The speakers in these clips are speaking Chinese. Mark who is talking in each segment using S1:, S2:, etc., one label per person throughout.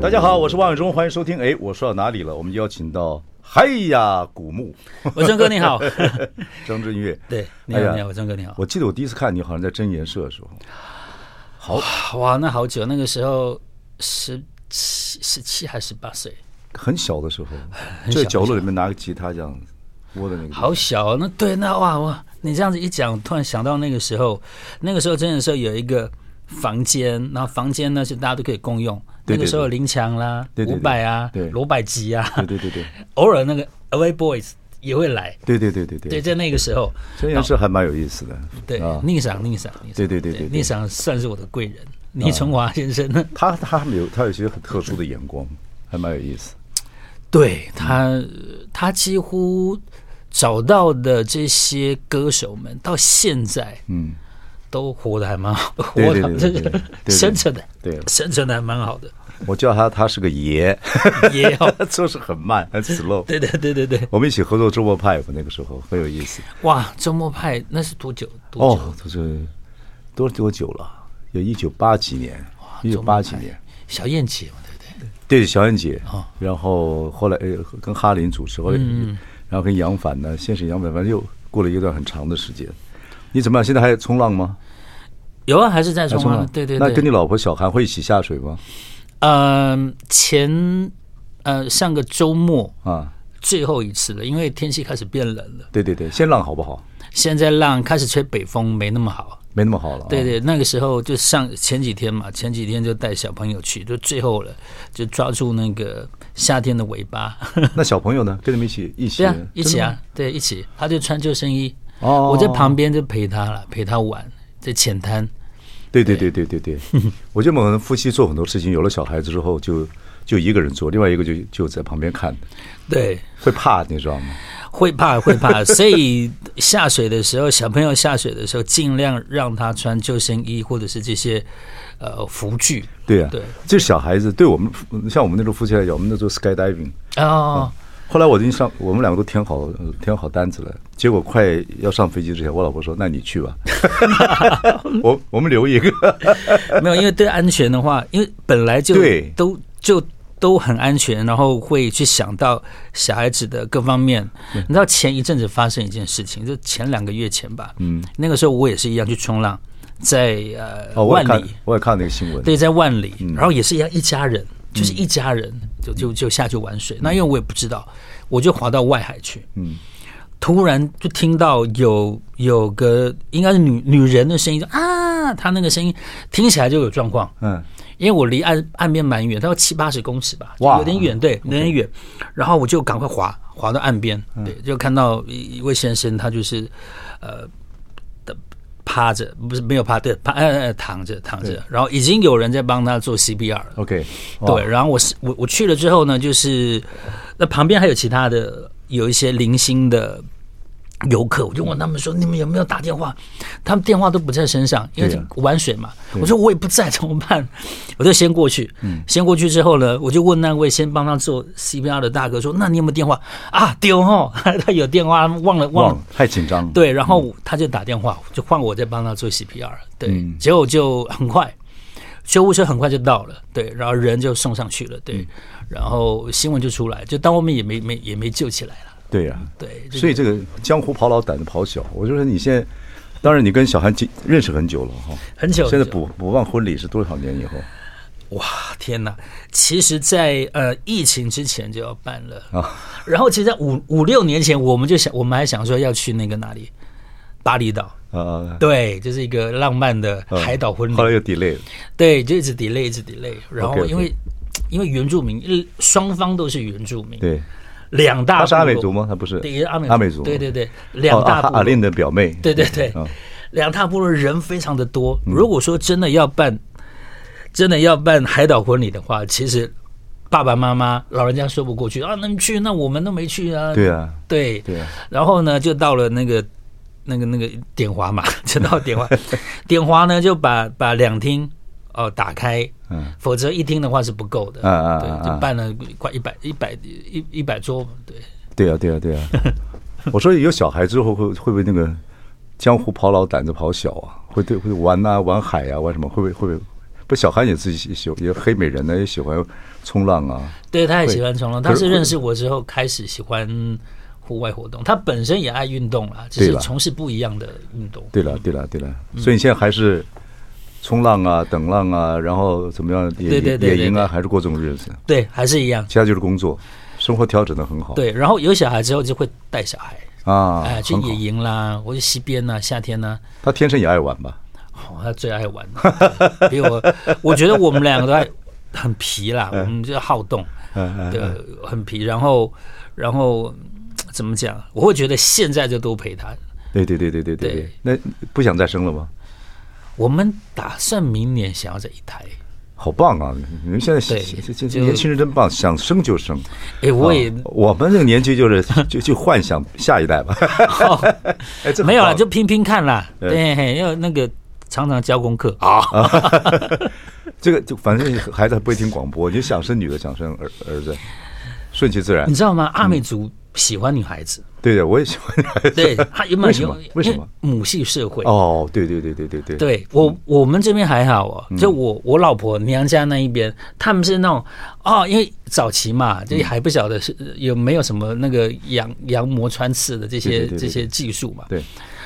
S1: 大家好，我是万伟忠，欢迎收听。哎，我说到哪里了？我们邀请到，嗨呀，古墓
S2: 伟忠哥你好，
S1: 张震岳。
S2: 对，你
S1: 哎呀
S2: 好你好，伟忠哥你好
S1: 我记得我第一次看你好像在真言社的时候，
S2: 哇，那好久，那个时候十七、十七还是十八岁，
S1: 很小的时候，
S2: 很
S1: 就在
S2: 小
S1: 角落里面拿个吉他这样子窝在那个地方。
S2: 好小。哦那对，那哇哇，你这样子一讲，突然想到那个时候，那个时候真的是有一个房间，然后房间呢是大家都可以共用。
S1: 对对
S2: 那个时候有林强啦、
S1: 对对
S2: 伍
S1: 对
S2: 佰啊
S1: 对、
S2: 罗百吉啊，
S1: 对对对对
S2: 偶尔那个 Away Boys 也会来。
S1: 对对对对对
S2: 对，在那个时候，
S1: 真言社还蛮有意思的。
S2: 对
S1: 啊，
S2: 逆赏逆赏逆赏，
S1: 对对对啊对对
S2: 逆赏算是我的贵人，倪崇华先生呢。
S1: 他他们有他有些很特殊的眼光，还蛮有意思。
S2: 对他，
S1: 嗯
S2: 他几乎找到的这些歌手们，到现在
S1: 嗯，
S2: 都活得还蛮好，活
S1: 对对
S2: 得
S1: 对
S2: 这
S1: 对对
S2: 个
S1: 对
S2: 生存的，
S1: 对
S2: 生存的还蛮好的，
S1: 我叫他他是个爷，
S2: 也 好。
S1: 做事很慢，很 slow。
S2: 哦对对对对对，
S1: 我们一起合作周末派，我那个时候很有意思。
S2: 哇！周末派那是多久？多久？
S1: 哦，这是多多久了？有一九八几年，一九
S2: 周末
S1: 八
S2: 派
S1: 几年。
S2: 小燕姐嘛，对不对？
S1: 对，小燕姐
S2: 哦，嗯
S1: 然后后来呃跟哈林主持，后来然后跟杨帆呢，先是杨帆，反正又过了一段很长的时间。你怎么样？现在还冲浪吗？
S2: 有啊，还是在
S1: 还
S2: 冲浪？对对
S1: 那跟你
S2: 对。
S1: 老婆小韩会一起下水吗？
S2: 嗯，前呃上个周末
S1: 啊，
S2: 最后一次了，因为天气开始变冷了，
S1: 对对对，先浪好不好？
S2: 现在浪开始吹北风，没那么好。
S1: 没那么好了、啊。
S2: 对，对，那个时候就上前几天嘛，前几天就带小朋友去，就最后了，就抓住那个夏天的尾巴。
S1: 那小朋友呢？跟你们一起一起
S2: 对啊，一起。
S1: 真的
S2: 啊
S1: 吗，
S2: 对，一起。他就穿救生衣，
S1: 哦
S2: 我在旁边就陪他了，陪他玩，在浅滩。
S1: 对对对对对 对，我觉得我们夫妻做很多事情，有了小孩子之后就就一个人做，另外一个就就在旁边看，
S2: 对，
S1: 会怕你知道吗？
S2: 会怕会怕， 所以下水的时候，小朋友下水的时候，尽量让他穿救生衣或者是这些呃浮具。
S1: 对啊，
S2: 对
S1: 这小孩子对我们像我们那种夫妻来讲，我们那时候 skydiving，
S2: 哦，
S1: 后来我已经上，我们两个都填好呃填好单子了。结果快要上飞机之前，我老婆说：“那你去 吧， 我我们留一个。
S2: 没有，因为对安全的话，因为本来就
S1: 对
S2: 都就都很安全，然后会去想到小孩子的各方面。你知道前一阵子发生一件事情，就前两个月前吧，嗯，那个时候我也是一样去冲浪，在呃、”
S1: 哦，我
S2: 万
S1: 也看
S2: 里，，
S1: 我也看那个新闻。
S2: 对，在万里，
S1: 嗯
S2: 然后也是一样一家人，就是一家人就就就下去玩水。那因为我也不知道，我就滑到外海去，
S1: 嗯，
S2: 突然就听到有有个应该是女女人的声音，就啊，她那个声音听起来就有状况，
S1: 嗯，
S2: 因为我离岸岸边蛮远，大概七八十公尺吧，就
S1: 哇
S2: 有点远，对，有点远。然后我就赶快滑滑到岸边，
S1: 嗯
S2: 对，就看到一一位先生，他就是呃的趴着，不是没有趴，对，趴呃呃躺着躺
S1: 对
S2: 着，然后已经有人在帮他做 CPR 了。
S1: OK，哇哦
S2: 对，，然后我是我我去了之后呢，就是那旁边还有其他的有一些零星的游客，我就问他们说：“你们有没有打电话？”他们电话都不在身上，因为
S1: 对嗯
S2: 是
S1: 呀
S2: 玩水嘛。我说我也不在，怎么办？我就先过去，先过去之后呢，我就问那位先帮他做 CPR 的大哥说：“那你有没有电话啊？丢哦， 他有电话，忘了忘
S1: 忘
S2: 了
S1: 了，太紧张了。
S2: 对，然后他就打电话，就换我再帮他做 CPR。对，结果就很快，救护车很快就到了，对，然后人就送上去了，对，然后新闻就出来，就当我们也没没也没救起来了，
S1: 对啊呀、
S2: 对，
S1: 所以这个江湖跑老，胆子跑小。我就说你现在，当然你跟小韩结认识很久了哈，
S2: 很久
S1: 现在
S2: 很久
S1: 补补办婚礼是多少年以后？
S2: 哇，天哪！其实在，呃疫情之前就要办了
S1: 啊
S2: 然后其实，在五五六年前，我们就想，我们还想说要去那个哪里，巴厘岛，
S1: 呃，
S2: 对，就是一个浪漫的
S1: 呃
S2: 海岛婚礼。
S1: 后来又 delay 了。
S2: 对，就一直 delay，一直 delay。然后
S1: OK，OK
S2: 因为因为原住民，日双方都是原住民，，
S1: 对，
S2: 两大
S1: 他是阿
S2: 部
S1: 美
S2: 落
S1: 族吗？他不是
S2: 对，阿美
S1: 阿美族。
S2: 对对
S1: 哦，
S2: 对，两大部
S1: 阿
S2: 落，
S1: 阿令的表妹。
S2: 对对对
S1: 嗯，
S2: 两大部落人非常的多。如果说真的要办，真的要办海岛婚礼的话，其实。爸爸妈妈、老人家说不过去啊，那你去，那我们都没去啊。
S1: 对啊，
S2: 对
S1: 对啊，
S2: 然后呢，就到了那个那个那个点华嘛， 就到 点华，点华呢就把把两厅哦、打开，
S1: 嗯，
S2: 否则一厅的话是不够的。
S1: 啊啊啊
S2: 对，
S1: 啊
S2: 就办了快一百一百一一百桌，对，
S1: 对啊，对啊， 对啊。我说有小孩之后会会不会那个江湖跑老胆子跑小啊？会对会玩呐、玩海啊呀、玩什么？会不会会不会？不，小韩也自己喜喜也黑美人呢、啊也喜欢冲浪啊。
S2: 对，他也
S1: 会
S2: 喜欢冲浪。
S1: 可
S2: 他
S1: 是
S2: 是
S1: 会
S2: 认识我之后开始喜欢户外活动，他本身也爱运动啦，只
S1: 对
S2: 是
S1: 了
S2: 从事不一样的运动。
S1: 对了，对了，对了。
S2: 嗯
S1: 所以你现在还是冲浪啊、等浪啊，然后怎么样野
S2: 对对对
S1: 野营
S2: 对对
S1: 啊，还是过这种日子。
S2: 对，还是一样。
S1: 其他就是工作，生活调整的很好。
S2: 对，然后有小孩之后就会带小孩，
S1: 啊，
S2: 哎、去
S1: 很好
S2: 野营啦，或者西边呐、夏天呐、
S1: 他天生也爱玩吧？
S2: 哦，他最爱玩，对比我，我觉得我们两个都还很皮啦，我们就好动，
S1: 嗯
S2: 对，很皮。然后，然后怎么讲？我会觉得现在就多陪他。
S1: 对对对对对对对
S2: 对。
S1: 那不想再生了吗？
S2: 我们打算明年想要这一台。
S1: 好棒啊！你们现在
S2: 对
S1: 现现
S2: 就
S1: 年轻人真棒，想生就生。
S2: 哎，我也、
S1: 啊我们这个年纪就是就就幻想下一代吧。 哎，这很
S2: 哦没有
S1: 棒
S2: 啦，就拼拼看啦。
S1: 呃
S2: 对，嘿要那个常常交功课啊。
S1: 这个就反正孩子还不会听广播，你想生女的，想生儿儿子，顺其自然
S2: 你。知道吗？阿美
S1: 嗯
S2: 族喜欢女 孩子，
S1: 对对，我也喜欢。
S2: 对， 她有没
S1: 为
S2: 有
S1: 什么
S2: 因
S1: 为什么
S2: 因母系社会？
S1: 哦，嗯对对对对对对。
S2: 对我我们这边还好哦，
S1: 嗯
S2: 就我我老婆娘家那一边，他们是那种哦，因为早期嘛，
S1: 嗯
S2: 就还不晓得是有没有什么那个羊羊膜穿刺的这
S1: 对对
S2: 些
S1: 对对
S2: 这些技术嘛。
S1: 对，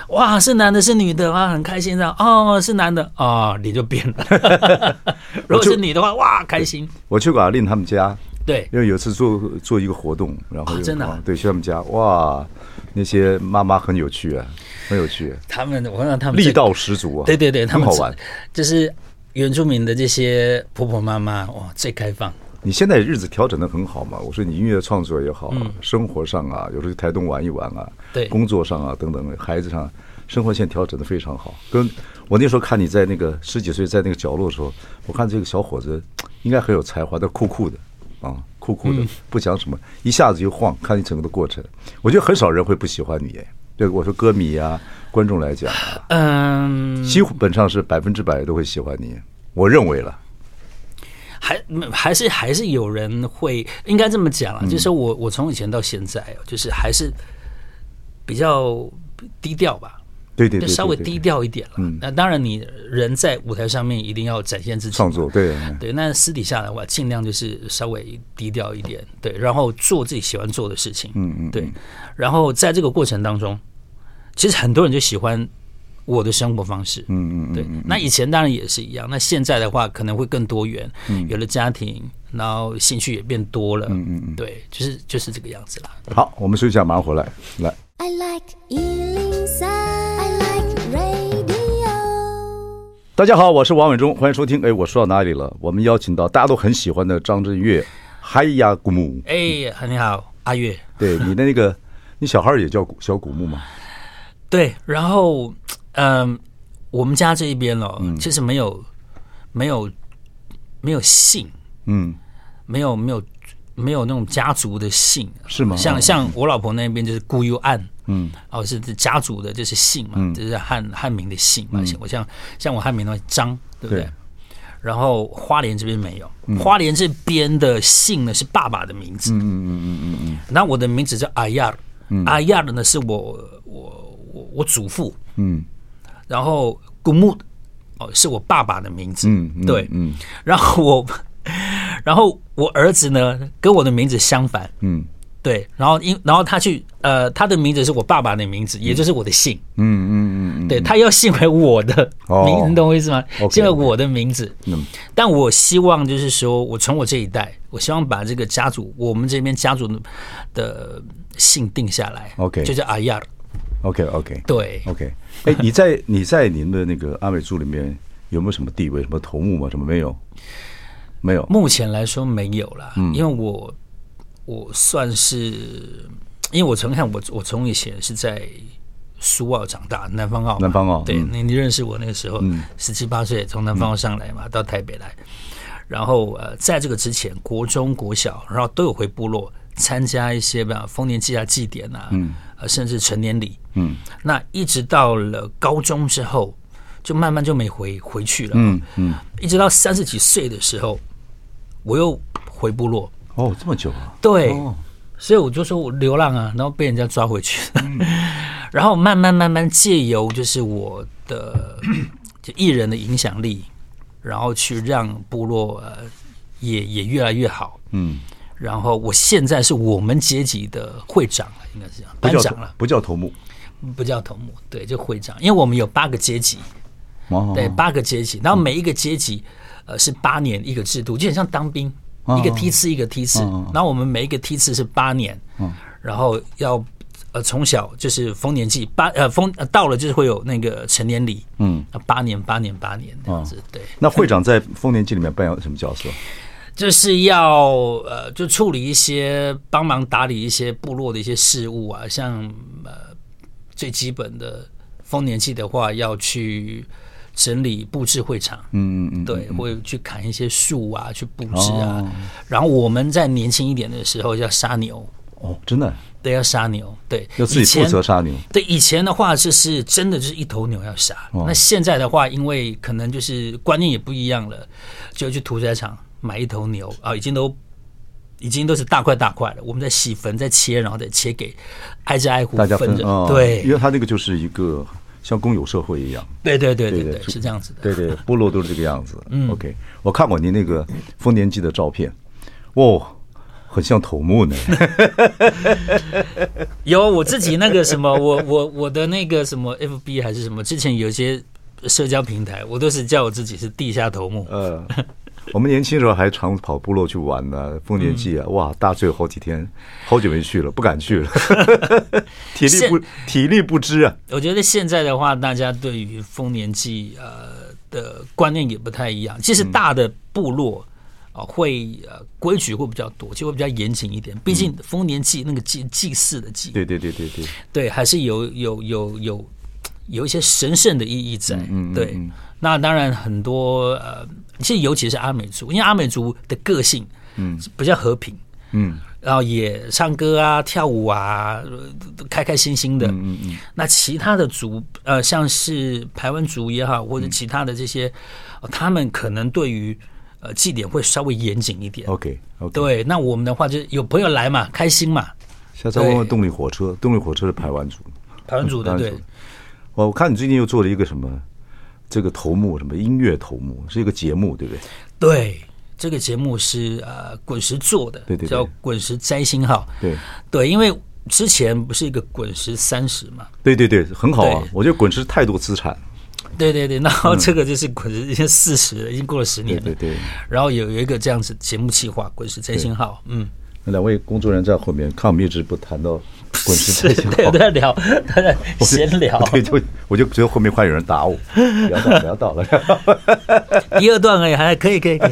S2: 哇，是男的，是女的，哇，很开心这样。哦，是男的，啊、脸就变 了。 如果是女的话，哇，开心。
S1: 我去过阿令他们家，
S2: 对，
S1: 因为有一次做做一个活动，然后
S2: 哦
S1: 就
S2: 真的啊
S1: 对去他们家，哇，那些妈妈很有趣啊，很有趣，
S2: 他们我让他们
S1: 力
S2: 最
S1: 道十足啊。
S2: 对对对，他
S1: 很
S2: 们
S1: 好玩
S2: 是。就是原住民的这些婆婆妈妈，哇，最开放。
S1: 你现在日子调整的很好嘛？我说你音乐创作也好，生活上啊，有时候去台东玩一玩啊，
S2: 对
S1: 工作上啊等等，孩子上啊，生活线调整的非常好。跟我那时候看你在那个十几岁在那个角落的时候，我看这个小伙子应该很有才华，但酷酷的啊，酷酷的，不讲什么，一下子就晃。看你整个的过程，我觉得很少人会不喜欢你耶。对，我说歌迷啊，观众来讲啊，
S2: 嗯，
S1: 基本上是百分之百都会喜欢你，我认为了。
S2: 还没还是还是有人会，应该这么讲
S1: 嗯
S2: 啊，就是我我从以前到现在哦，就是还是比较低调吧，
S1: 对对
S2: 就
S1: 对，对
S2: 稍微
S1: 对嗯
S2: 低调一点了。那当然，你人在舞台上面一定要展现自己嘛
S1: 创作，对啊。
S2: 对，那私底下的话，尽量就是稍微低调一点，对，然后做自己喜欢做的事情，嗯嗯，对，然后在这个过程当中，其实很多人就喜欢我的生活方式，嗯嗯，对，那以前当然也是一样，那现在的话可能会更多元，有了家庭，然后兴趣也变多了，嗯嗯，对，就是就是这个样子啦。
S1: 好，我们休息一下，马上回来。来，
S3: I like Ealing Sound. I like radio.
S1: 大家好，我是王伟忠，欢迎收听。哎，我说到哪里了？我们邀请到大家都很喜欢的张震岳，嗨呀古木。
S2: 哎，你好，阿月，
S1: 对你的那个， 你小孩儿也叫古小古木吗？
S2: 对，然后嗯、我们家这一边哦，其实没有没有没有姓。
S1: 嗯，
S2: 没有没有没有那种家族的姓，啊
S1: 是吗
S2: 像
S1: 嗯
S2: 像我老婆那边就是顾佑案，哦嗯，哦是指家族的，就是姓嘛，就是汉汉民的姓嘛。像我像像我汉民的话张，对嗯不对？
S1: 对
S2: 然后花莲这边没有，花莲这边的姓呢是爸爸的名字，嗯嗯嗯嗯嗯那我的名字叫阿亚尔，阿亚尔呢是我我我我祖父，
S1: 嗯，
S2: 然后古木哦是我爸爸的名字，
S1: 嗯嗯
S2: 对，
S1: 嗯
S2: 然后我， 然后我儿子呢跟我的名字相反，
S1: 嗯
S2: 对，然后因然后他去呃他的名字是我爸爸的名字，也就是我的姓，
S1: 嗯嗯嗯嗯，
S2: 对他要姓为我的
S1: 哦
S2: 名，你懂我意思吗？
S1: OK，
S2: 姓为我的名字
S1: 嗯，
S2: 但我希望就是说我从我这一代，我希望把这个家族我们这边家族的的姓定下来
S1: OK
S2: 就叫阿亚尔，
S1: ，OK OK
S2: 对，
S1: OK。哎，你在你在您的那个阿美族里面有没有什么地位？什么头目吗？什么没有？没有。嗯
S2: 目前来说没有啦，因为我我算是，因为我从看我我从以前是在苏澳长大，南方澳嘛，
S1: 南方澳
S2: 对，
S1: 嗯
S2: 你你认识我那个时候，十七八岁从南方澳上来嘛，到台北来，然后呃，在这个之前，国中、国小，然后都有回部落参加一些吧丰年祭啊、祭典啊，嗯，呃，甚至成年礼，嗯，那一直到了高中之后，就慢慢就没回回去了，
S1: 嗯嗯，
S2: 一直到三十几岁的时候，我又回部落，
S1: 哦，这么久啊，
S2: 对，
S1: 哦
S2: 所以我就说我流浪啊，然后被人家抓回去， 然后慢慢慢慢借由就是我的就艺人的影响力，然后去让部落呃也也越来越好。
S1: 嗯，
S2: 然后我现在是我们阶级的会长了，应该是这样，
S1: 不
S2: 班
S1: 叫
S2: 长了，
S1: 不叫头目，
S2: 不叫头目，对，就会长，因为我们有八个阶级，
S1: 哦
S2: 对，八个阶级，然后每一个阶级，呃，是八年一个制度，就很像当兵，一个
S1: 哦
S2: 梯次一个梯次
S1: 嗯嗯，
S2: 然后我们每一个梯次是八年，
S1: 哦
S2: 然后要呃从小就是丰年祭八呃丰呃到了就是会有那个成年礼，
S1: 嗯，哦
S2: 八年八年八年这样子，对，
S1: 那会长在《丰年祭》里面扮演什么角色？
S2: 就是要呃，就处理一些帮忙打理一些部落的一些事务啊，像呃最基本的丰年祭的话，要去整理布置会场，
S1: 嗯嗯嗯，
S2: 对，会去砍一些树啊，去布置啊。
S1: 哦
S2: 然后我们在年轻一点的时候要杀牛，
S1: 哦，真的
S2: 对，要杀牛，对，
S1: 要自
S2: 以
S1: 己
S2: 前
S1: 负责杀牛，
S2: 对，以前的话就是真的就是一头牛要杀，
S1: 哦
S2: 那现在的话，因为可能就是观念也不一样了，就去屠宰场买一头牛啊，已经都已经都是大块大块了，我们再细分、再切，然后再切给挨家挨户
S1: 大家分
S2: 分着，
S1: 啊，因
S2: 对，
S1: 为他那个就是一个像公有社会一样，
S2: 对对对
S1: 对
S2: 对对，
S1: 就是
S2: 这样子的，
S1: 对 对，部落都是这个样子。嗯，OK，我看过您那个丰年祭的照片，哦，很像头目 呢。
S2: 有我自己那个什么， 我我我的那个什么 FB 还是什么，之前有一些社交平台，我都是叫我自己是地下头目，
S1: 呃，我们年轻时候还常跑部落去玩呢，丰年祭
S2: 嗯
S1: 啊，哇，大醉好几天，好久没去了，不敢去 了，体力不体力不支啊。
S2: 我觉得现在的话，大家对于丰年祭呃的观念也不太一样。其实大的部落啊、呃会呃规矩会比较多，就会比较严谨一点。毕竟丰年祭那个祭祭祀的祭，
S1: 对对对对对，
S2: 对，还是有有有有有一些神圣的意义在。
S1: 嗯嗯
S2: 对
S1: 嗯，
S2: 那当然很多呃，其实尤其是阿美族，因为阿美族的个性嗯比较和平，
S1: 嗯，
S2: 然后也唱歌啊、跳舞啊，呃开开心心的。嗯嗯。那其他的族，呃，像是排湾族也好，
S1: 嗯
S2: 或者其他的这些，呃他们可能对于呃祭典会稍微严谨一点。
S1: ，OK OK，，
S2: 对，那我们的话就是有朋友来嘛，开心嘛，
S1: 下次问问
S2: 对
S1: 动力火车，动力火车是排湾族。
S2: 排湾族
S1: 嗯
S2: 的
S1: 排湾
S2: 对
S1: 族。哇，我看你最近又做了一个什么，这个头目什么音乐头目是一个节目，对不对？
S2: 对，这个节目是呃滚石做的，
S1: 对对对
S2: 叫滚石摘星号。
S1: 对
S2: 对，因为之前不是一个滚石三十嘛，
S1: 对对对，很好啊
S2: 对！
S1: 我觉得滚石太多资产，
S2: 对对对，然后这个就是滚石已经四十了，已经过了十年
S1: 对
S2: 了。
S1: 嗯对对。
S2: 然后有有一个这样子节目企划，滚石摘星号，嗯，
S1: 那两位工作人员在后面，看我们一直不谈 到滚石
S2: 是
S1: 太小，
S2: 对，都在聊，都在
S1: 我就。
S2: 闲聊
S1: 对，就我就觉得后面快有人打我，聊到 聊到了。
S2: 第二段而已，还可以可以可 以。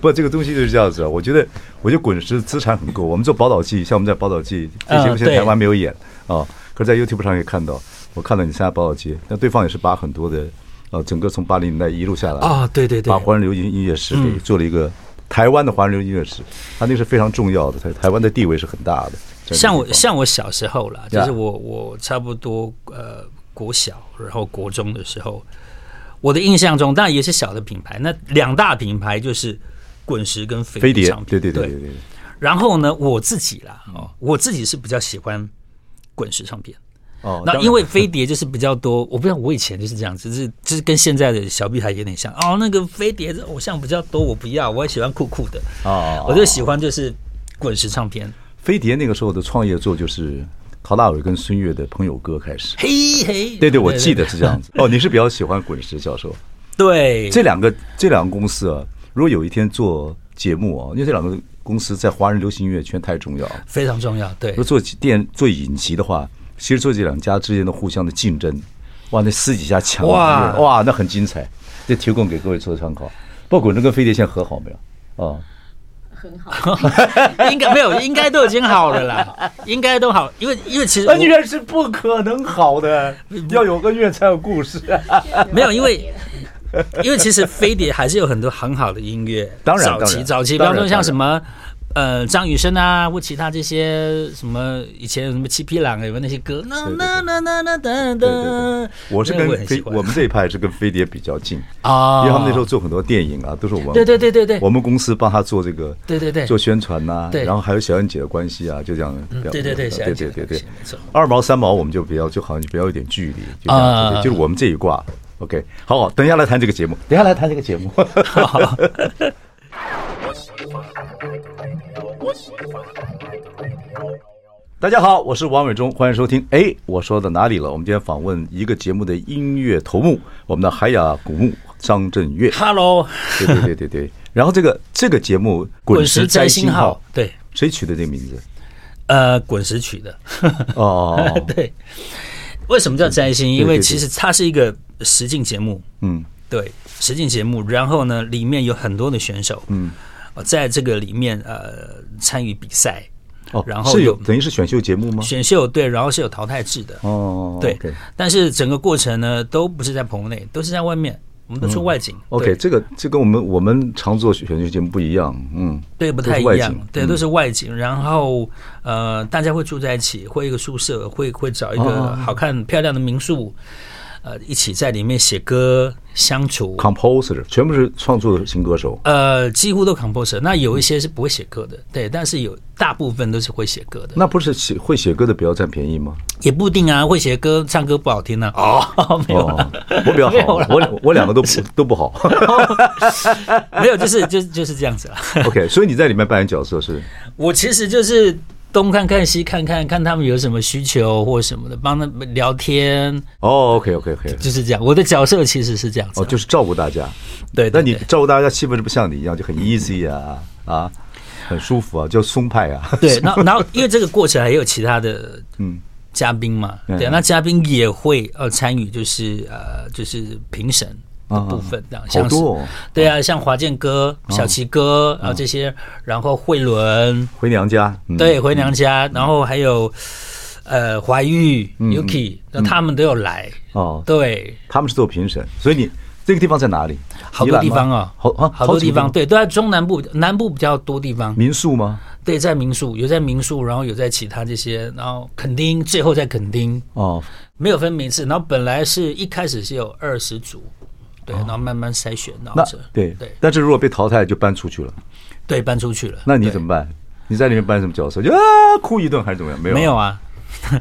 S1: 不，这个东西就是这样子啊。我觉得，我觉得滚石资产很够。我们做宝岛记，像我们在宝岛记这
S2: 嗯
S1: 节目，现在
S2: 对
S1: 台湾没有演啊，可是在 YouTube 上也看到，我看到你参加宝岛记，那对方也是把很多的呃，整个从八零年代一路下来
S2: 啊对对嗯对
S1: 把华人流行音乐史给做了一个台湾的华人流行音乐史，它那个是非常重要的，台台湾的地位是很大的。在那个
S2: 像我
S1: 地方
S2: 像我小时候啦，就是
S1: Yeah
S2: 我我差不多呃国小，然后国中的时候，我的印象中，当然也是小的品牌，那两大品牌就是滚石跟飞
S1: 飞碟
S2: 唱，
S1: 对
S2: 片
S1: 对对对对，
S2: 然后呢，我自己啦，哦，我自己是比较喜欢滚石唱片。
S1: 哦，当
S2: 那
S1: 然
S2: 因为飞碟就是比较多，我不知道我以前就是这样，只是就是跟现在的小屁孩有点像哦。那个飞碟的偶像比较多，我不要，我也喜欢酷酷的，
S1: 哦
S2: 我就喜欢就是滚石唱片，
S1: 飞碟那个时候的创业作就是陶大伟跟孙越的朋友歌开始。
S2: 嘿嘿。
S1: 对对，我记得是这样子。哦，你是比较喜欢滚石教授
S2: 对，
S1: 这两个这两个公司啊？如果有一天做节目啊，因为这两个公司在华人流行音乐圈太重要了。
S2: 非常重要。对
S1: 如果，做电做影集的话，其实做这两家之间的互相的竞争，哇，那私底下抢
S2: 哇
S1: 哇，那很精彩。这提供给各位做参考。不过滚石跟飞碟现在和好没有？啊、
S4: 很好。
S2: 应该没有，应该都已经好了 啦，应该都好，因为因为其实我
S1: 恩怨是不可能好的，要有恩怨才有故事。
S2: 没有，因为因为其实飞碟还是有很多很好的音乐，
S1: 当然
S2: 早
S1: 当
S2: 期
S1: 然
S2: 早期，比
S1: 当
S2: 方
S1: 然
S2: 说像什
S1: 当
S2: 么。呃，张雨生啊，或其他这些什么以前有什么七匹狼啊，有没有那些歌？那
S1: 对对
S2: 那那那那噔
S1: 对对对
S2: 噔，，
S1: 我是
S2: 那个
S1: 跟
S2: 很喜
S1: 飞，
S2: 欢
S1: 我们这一派是跟飞碟比较近，
S2: 啊，
S1: 因为他们那时候做很多电影啊，都是我们
S2: 对对对对对
S1: 我们公司帮他做这个，
S2: 对对对
S1: 做宣传呐，
S2: 对
S1: 然后还有小燕姐的关系啊，就这样，
S2: 嗯
S1: 比较
S2: 对对对小
S1: 对
S2: 燕姐
S1: 对
S2: 的
S1: 对
S2: 关
S1: 对
S2: 系没错，
S1: 二毛三毛我们就比较就好像比较有点距离，就这
S2: 啊
S1: 样，对就是我们这一挂。OK，好好，等一下来谈这个节目， 等一下来谈这个节目。大家好，我是王伟忠，欢迎收听。哎，我说到哪里了？我们今天访问一个节目的音乐头目，我们的海雅古木张震岳。
S2: Hello，
S1: 对对对对对。然后这个这个节目《滚石摘星号》，
S2: 对，
S1: 谁取的这个名字？
S2: 呃，滚石曲的，
S1: 哦，
S2: 对。为什么叫摘星？因
S1: 对
S2: 为
S1: 对
S2: 其实它是一个实境节目，
S1: 嗯，
S2: 对，实境节目。然后呢，里面有很多的选手，嗯，在这个里面呃参与比赛，
S1: 哦，
S2: 然后
S1: 是有
S2: 有
S1: 等于是选秀节目吗？
S2: 选秀对，然后是有淘汰制的，
S1: 哦，
S2: 对
S1: OK。
S2: 但是整个过程呢，都不是在棚内，都是在外面，我们都出外景。
S1: 嗯 OK，
S2: 对
S1: 这个这跟我们我们常做选秀节目不一样，嗯，
S2: 对，不
S1: 都
S2: 太
S1: 是
S2: 一
S1: 外
S2: 样
S1: 景，嗯
S2: 对，都是外景。然后呃，大家会住在一起，会一个宿舍，会会找一
S1: 哦
S2: 个好看漂亮的民宿，呃，一起在里面写歌相处。
S1: composer 全部是创作的型歌手，
S2: 呃，几乎都 composer，那有一些是不会写歌
S1: 嗯
S2: 的，对，但是有大部分都是会写歌的，
S1: 那不是写会写歌的比较占便宜吗？
S2: 也不一定啊，会写歌唱歌不好听呢、啊。哦， 没有啦，
S1: 哦，我比较
S2: 没有
S1: 好
S2: 啦，
S1: 我两我两 个都不都不好。
S2: 没有，就是就是就是这样子啦。
S1: OK，所以你在里面扮演角色是
S2: 我其实就是东看看西看看，看他们有什么需求或什么的，帮他们聊天，
S1: 哦，OK OK OK，
S2: 就是这样。我的角色其实是这样子啊、
S1: 哦，就是照顾大家。
S2: 对。
S1: 那
S2: 对
S1: 你
S2: 对
S1: 照顾大家气氛是不是像你一样就很 easy 啊啊，很舒服啊，就松派啊。
S2: 对，那然后因为这个过程还有其他的
S1: 嗯，
S2: 嘉宾嘛，
S1: 嗯
S2: 对，那嘉宾也会呃参与，就是呃就是评审的部分，这样、
S1: 啊好
S2: 像是
S1: 多哦
S2: 对啊，像华健哥、小齐哥啊、这些，然后慧伦，
S1: 回娘家。嗯
S2: 对，回娘家，然后还有呃怀玉、Yuki，那他们都有来，
S1: 嗯哦，
S2: 对，
S1: 他们是做评审，所以你这个地方在哪里？
S2: 好
S1: 宜
S2: 多
S1: 兰吗
S2: 地方哦，
S1: 好啊，
S2: 好多
S1: 几
S2: 地
S1: 个
S2: 方，对，都在中南部，南部比较多地方，
S1: 民宿吗？
S2: 对，在民宿有在民宿，然后有在其他这些，然后垦丁，最后在垦丁。
S1: 哦，
S2: 没有分名次，然后本来是一开始是有二十组，对，然后慢慢筛选，然后
S1: 哦那
S2: 这
S1: 对
S2: 对
S1: 但是如果被淘汰就搬出去了，
S2: 对搬出去了。
S1: 那你怎么办？你在里面扮什么角色？就啊哭一顿还是怎么样？没有，
S2: 没有，啊？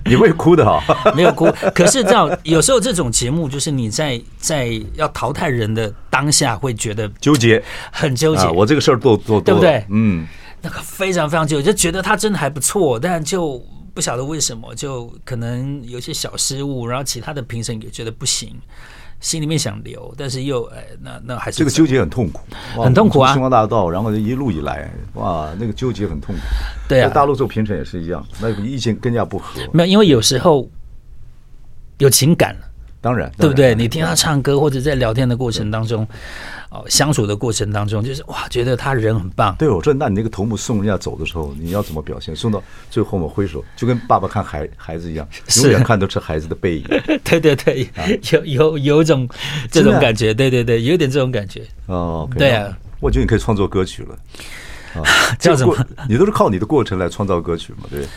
S1: 你会哭的哈。
S2: 没有哭。 可是这样，有时候这种节目就是你在在要淘汰人的当下，会觉得
S1: 纠结
S2: 很纠结，
S1: 啊，我这个事儿做做
S2: 对不对
S1: 嗯，
S2: 那个非常非常纠结，就觉得他真的还不错，但就不晓得为什么，就可能有一些小失误，然后其他的评审也觉得不行，心里面想留，但是又哎，那那还是
S1: 这个
S2: 走
S1: 纠结很痛苦，哇
S2: 很痛苦啊
S1: 从星光大道，然后一路以来，哇，那个纠结很痛苦。
S2: 对啊
S1: 在大陆做评审也是一样，那个意见更加不合。
S2: 没有，因为有时候有情感了。
S1: 当然，
S2: 对不
S1: 当
S2: 对？啊
S1: 然
S2: 你听他唱歌，或者在聊天的过程当中，哦，相处的过程当中，就是哇，觉得他人很棒。
S1: 对，我说，那你那个头目送人家走的时候，你要怎么表现？送到最后我挥手，就跟爸爸看孩孩子一样，
S2: 是
S1: 永远看都是孩子的背影。
S2: 对对对，有有有一种这
S1: 真
S2: 种
S1: 的
S2: 感觉，对对对，有一点这种感觉。
S1: 哦，可以
S2: 对啊，
S1: 我觉得你可以创作歌曲了。啊，
S2: 这样
S1: 个
S2: 子
S1: 过
S2: 吗？
S1: 你都是靠你的过程来创造歌曲嘛，对不对？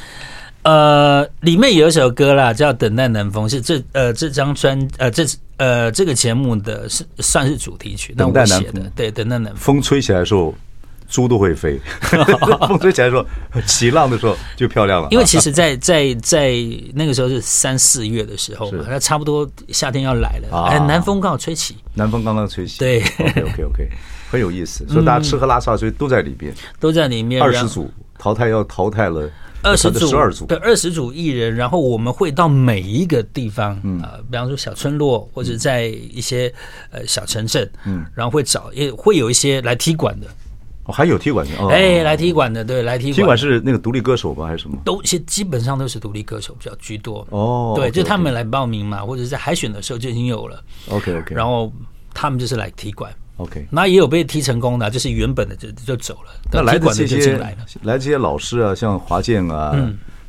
S2: 呃，里面有一首歌啦，叫《等待南风》，是这呃这张专呃这呃这个节目的是算是主题曲，那
S1: 等待
S2: 我
S1: 南
S2: 写的
S1: 风
S2: 对《等待南风
S1: 风吹起来的时候，猪都会 飞；风吹起来的时候，起浪的时候就漂亮了。》，啊
S2: 因为其 实在，在在那个时候是三四月的时候嘛
S1: 是，
S2: 那差不多夏天要来了，
S1: 啊
S2: 哎，南风刚好吹起，
S1: 南方刚刚吹起，
S2: 对
S1: ，OK OK OK，很有意思。所以大家吃喝拉撒睡都在里边，
S2: 都在里面。
S1: 二
S2: 然
S1: 十
S2: 后
S1: 组淘汰要淘汰了
S2: 二十组，
S1: 十二组
S2: 对，，二十组艺人，然后我们会到每一个地方，
S1: 嗯
S2: 呃，比方说小村落或者在一些呃小城镇，嗯，然后会找也会有一些来踢馆的，
S1: 哦还有踢馆的哦。
S2: 哎，来踢馆的，对，来踢
S1: 踢馆
S2: 馆
S1: 是那个独立歌手吗？还是什么？
S2: 都是基本上都是独立歌手比较居多，
S1: 哦
S2: 对，
S1: OK，
S2: 就他
S1: OK
S2: 们来报名嘛，或者在海选的时候就已经有了，
S1: OK OK，
S2: 然后他们就是来踢馆。
S1: OK，
S2: 那也有被踢成功的，就是原本的就就走了，
S1: 那来
S2: 踢
S1: 的
S2: 馆的
S1: 这
S2: 就
S1: 些
S2: 进来了。嗯
S1: 来这些老师啊，像华健啊，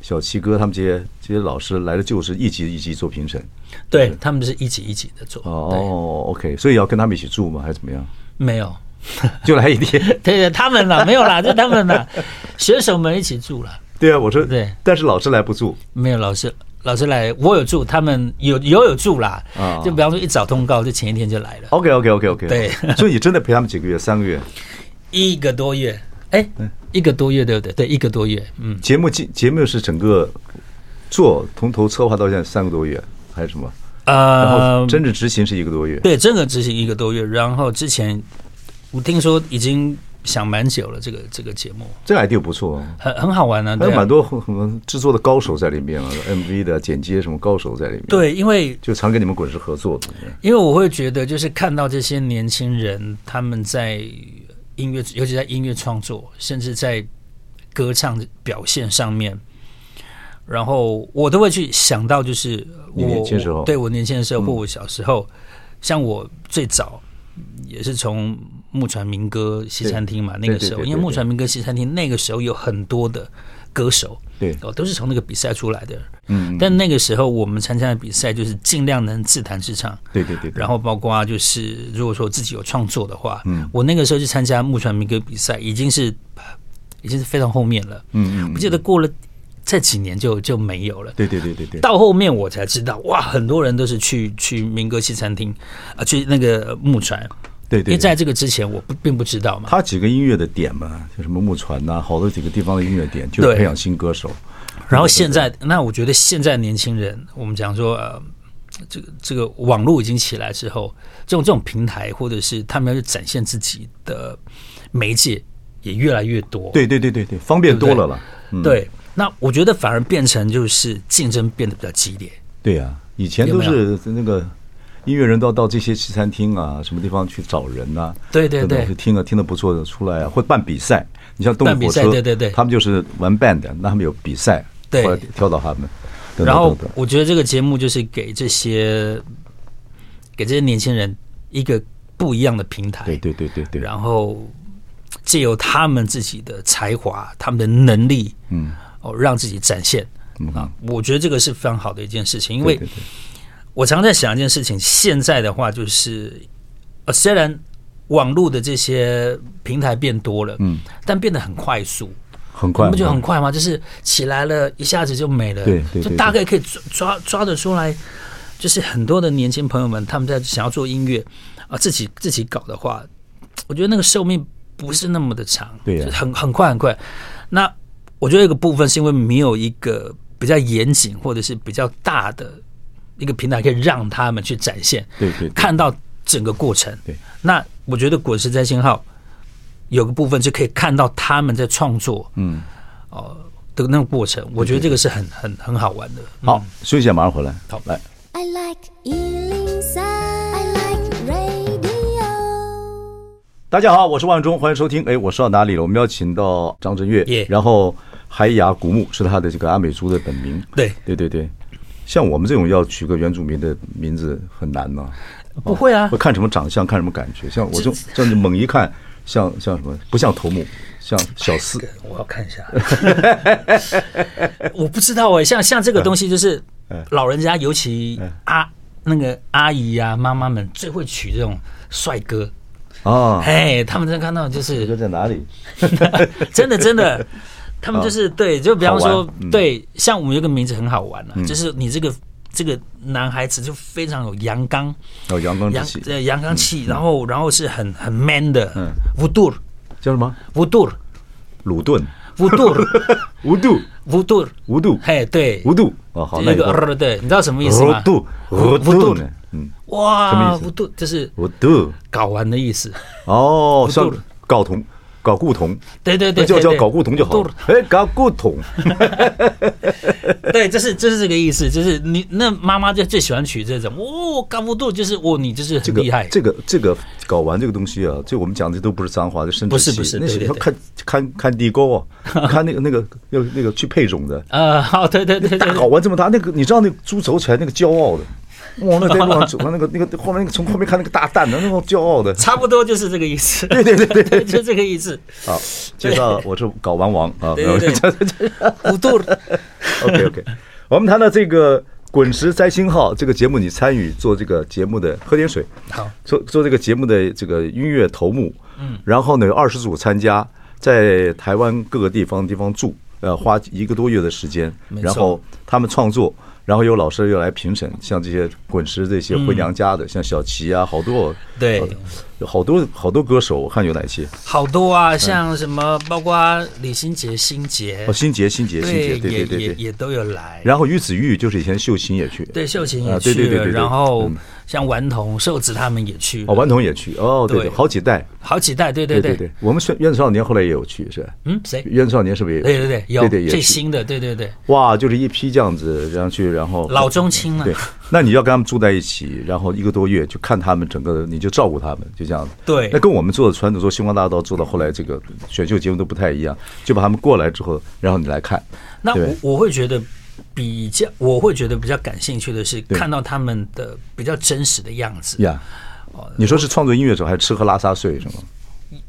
S1: 小齐哥他们这些这些老师来了，就是一级一级做评审。
S2: 对他们是一级一级的做，对，
S1: 哦，OK，所以要跟他们一起住吗？还是怎么样？
S2: 没有，
S1: 就来一天。
S2: 对对，他们啦，没有 啦，就他们啦，选手们一起住了，
S1: 对啊，我说
S2: 对
S1: 但是老师来不住。
S2: 没有老师。老师来，我有住，他们有有有住啦
S1: 啊，
S2: 就比方说一早通告，就前一天就来了，
S1: OK OK OK OK。
S2: 对
S1: 所以你真的陪他们几个月，三个月。
S2: 一个多月，哎，一个多月对不对？对，一个多月，嗯，
S1: 节目节节目是整个做从头策划到现在三个多月，还是什么？然后
S2: 呃，
S1: 真正执行是一个多月。
S2: 对，真的执行一个多月，然后之前我听说已经想蛮久了，这个这个节目
S1: 这个 idea 不错哦。
S2: 很很好玩啊，
S1: 还
S2: 对
S1: 有
S2: 啊
S1: 蛮多很很制作的高手在里面啊，MV 的剪接什么高手在里面。，
S2: 对，因为
S1: 就常跟你们滚石合作的。
S2: 因为我会觉得，就是看到这些年轻人，他们在音乐，尤其在音乐创作，甚至在歌唱表现上面，然后我都会去想到，就是
S1: 你
S2: 我
S1: 年轻时候
S2: 我对我年轻的时候，或我小时候，像我最早也是从木船民歌西餐厅嘛，那
S1: 对
S2: 个时
S1: 对对
S2: 候，
S1: 对对
S2: 因为木船民歌西餐厅那个时候有很多的歌手，
S1: 对
S2: 哦，都是从那个比赛出来的。
S1: 嗯，
S2: 但那个时候我们参加的比赛就是尽量能自弹自唱，
S1: 对对对。对
S2: 然后包括就是如果说自己有创作的话，嗯，我那个时候去参加木船民歌比赛，已经是已经是非常后面了，
S1: 嗯嗯嗯
S2: 我记得过了这几年就就没有了。
S1: 对对对对对。
S2: 到后面我才知道，哇，很多人都是去去民歌西餐厅啊、去那个木船，
S1: 对
S2: 因
S1: 对，对
S2: 为在这个之前我不并不知道嘛。
S1: 他几个音乐的点嘛，就什么木船呐、好多几个地方的音乐点，就是
S2: 对
S1: 培养新歌手。
S2: 然后现在，那我觉得现在年轻人，我们讲说，呃，这个这个网络已经起来之后，这种这种平台或者是他们要去展现自己的媒介也越来越多。
S1: 对对对对对，方便
S2: 对
S1: 多
S2: 不对
S1: 了了。嗯，
S2: 对那我觉得反而变成就是竞争变得比较激烈。
S1: 对呀、以前
S2: 有
S1: 都
S2: 没有
S1: 是那个音乐人都要到这些西餐厅啊，什么地方去找人呐、
S2: 对对
S1: 等等
S2: 对
S1: 就听了听的不错的出来啊，会办比赛。你像动
S2: 办
S1: 力
S2: 比
S1: 火
S2: 赛
S1: 车，
S2: 对对对
S1: 他们就是玩 band，的那他们有比赛，
S2: 对
S1: 后来挑到他们。等等
S2: 然后
S1: 等等
S2: 我觉得这个节目就是给这些给这些年轻人一个不一样的平台。
S1: 对对对对对，
S2: 然后借由他们自己的才华、他们的能力，嗯，哦，让自己展现。啊，我觉得这个是非常好的一件事情，因为
S1: 嗯对对对
S2: 我常在想一件事情，现在的话就是，呃，虽然网络的这些平台变多了，嗯，但变得很快速，
S1: 很
S2: 你
S1: 快，嗯
S2: 不觉得很快吗？就是起来了，一下子就没了，
S1: 对对对
S2: 就大概可以抓抓抓得出来。就是很多的年轻朋友们，他们在想要做音乐啊，自己自己搞的话，我觉得那个寿命不是那么的长，
S1: 对啊呀
S2: 就是很很快很快。那我觉得一个部分是因为没有一个比较严谨或者是比较大的一个平台可以让他们去展现，
S1: 对对对
S2: 看到整个过程。
S1: 对，
S2: 那我觉得滚石在信号有个部分是可以看到他们在创作，嗯，哦、的那个过程，我觉得这个是很很很好玩的。
S1: 好，休息一下，马上回来。
S2: 好
S1: 来。
S3: I like Ealing Sound. I like radio.
S1: 大家好，我是万忠，欢迎收听。哎，我说到哪里了？我们邀请到张震岳
S2: Yeah
S1: 然后海雅古木是他的这个阿美族的本名。
S2: 对
S1: 对对对，像我们这种要取个原住民的名字很难呢、
S2: 不会啊
S1: 会，看什么长相，看什么感觉。像我这种这样子猛一看，像像什么？不像头目，像小四。
S2: 我要看一下， 我不知道哎、像像这个东西，就是老人家，尤其阿那个阿姨啊、妈妈们最会取这种帅哥，
S1: 啊。
S2: 哎，他们真的看到就
S1: 你说
S2: 是
S1: 在哪里？
S2: 真的真的，他们就是对，就比方
S1: 好
S2: 说
S1: 玩嗯
S2: 对，像我们有个名字很好玩啊，就是你这个这个男孩子就非常有阳刚
S1: 哦，阳光之
S2: 阳
S1: 气
S2: 呃阳刚
S1: 嗯
S2: 气，然后然后是很很 man 的，无度
S1: 叫什么？
S2: 无度
S1: 鲁顿，
S2: 无 度
S1: 无度，
S2: 无度，
S1: 无度，
S2: 嘿，对，
S1: 无度。哦，好，那
S2: 那
S1: 你
S2: 个
S1: 说
S2: 呃对，你知道什么意思
S1: 无
S2: 吗？
S1: 度，无度呢？嗯，什么
S2: 哇
S1: 意，思
S2: 无度就是
S1: 无度。
S2: 搞完的意思。
S1: 哦，
S2: 不
S1: 像
S2: 够了
S1: 搞同。搞固同，
S2: 对对对，
S1: 那就
S2: 对
S1: 叫
S2: 对
S1: 搞固同就好
S2: 无度
S1: 了。哎，搞固 同，
S2: 对，这是这是这个意思，就是你那妈妈就最喜欢取这种哦，搞不度就是哦，你就是
S1: 这
S2: 很
S1: 个
S2: 厉害。
S1: 这个这个搞完这个东西啊，这我们讲的都不是脏话，这生殖
S2: 不是
S1: 器
S2: 不是
S1: 那
S2: 对
S1: 是
S2: 对
S1: 要
S2: 对
S1: 看看看地沟啊，看那个那个那个那个去配种的，
S2: 呃，好，对对对 对
S1: 大搞完这么大，那个你知道那个猪走起来那个骄傲的，哇，那天往那个那个后面那个从后面看那个大蛋的，那么骄傲的。
S2: 差不多就是这个意思。对对 对对，就这个意思。
S1: 好，介绍我是搞完王啊，
S2: 对对 对，古杜
S1: OK OK，我们谈到这个《滚石摘星号》这个节目，你参与做这个节目的，喝点水，
S2: 好，
S1: 做做这个节目的这个音乐头目，嗯，然后呢有二十组参加，在台湾各个地方地方住，呃，花一个多月的时间，
S2: 嗯没错
S1: 然后他们创作。然后有老师又来评审，像这些滚石这些回娘家的，像小齐啊，好多
S2: 嗯对
S1: 好多有好多好多歌手，我看有哪些？
S2: 好多啊，像什么，包括李心洁、心洁
S1: 哦，，新杰，新杰，新杰，对
S2: 对，
S1: 对
S2: 也
S1: 对
S2: 也
S1: 对。
S2: 也都有来。
S1: 然后于子玉就是以前秀琴也去，
S2: 对，秀琴
S1: 啊
S2: 也
S1: 对
S2: 去
S1: 对对
S2: 了，
S1: 对对
S2: 然后
S1: 嗯
S2: 像顽童、秀子他们也去了，
S1: 哦，顽童也去，哦，对对，
S2: 对
S1: 好几代，
S2: 好几代，对对
S1: 对对，我们是原子少年后来也有去，是吧
S2: 嗯，谁？
S1: 原子少年是不是也有
S2: 对
S1: 去？
S2: 对对，有
S1: 对对也
S2: 最
S1: 去
S2: 新的，对对对，
S1: 哇，就是一批这样子，然后去，然后
S2: 老中青啊了
S1: 哦对，那你要跟他们住在一起，然后一个多月就看他们整个，你就照顾他们，就这样子。
S2: 对
S1: 那跟我们做的传统做星光大道做到后来这个选秀节目都不太一样，就把他们过来之后，然后你来看，
S2: 那
S1: 对
S2: 我我会觉得比较，我会觉得比较感兴趣的是
S1: 对
S2: 看到他们的比较真实的样子，
S1: 呀。
S2: 哦
S1: 你说是创作音乐者还是吃喝拉撒睡是吗？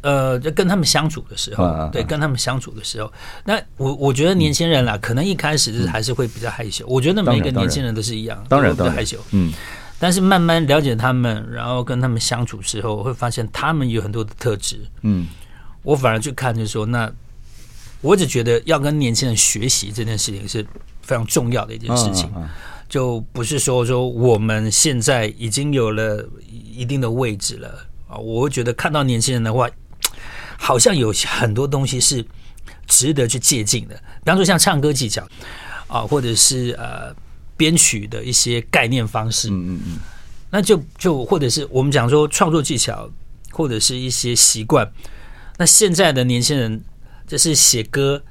S2: 呃，就跟他们相处的时
S1: 啊啊啊
S2: 候，对，跟他们相处的时候，那我我觉得年轻人啦，可能一开始是还是会比较害羞，我觉得每
S1: 当
S2: 一个
S1: 然当然
S2: 年轻人都是一样，
S1: 当然
S2: 都
S1: 当
S2: 会比
S1: 然
S2: 较害羞，
S1: 嗯，
S2: 但是慢慢了解他们，然后跟他们相处之后，会发现他们有很多的特质，
S1: 嗯，
S2: 我反而去看就是说，那我只觉得要跟年轻人学习这件事情是非常重要的一件事情
S1: 嗯嗯嗯，
S2: 就不是说说我们现在已经有了一定的位置了啊，我会觉得看到年轻人的话，好像有很多东西是值得去借鉴的，比方说像唱歌技巧啊，或者是呃编曲的一些概念方式，嗯嗯嗯，那就就或者是我们讲说创作技巧，或者是一些习惯，那现在的年轻人就是写歌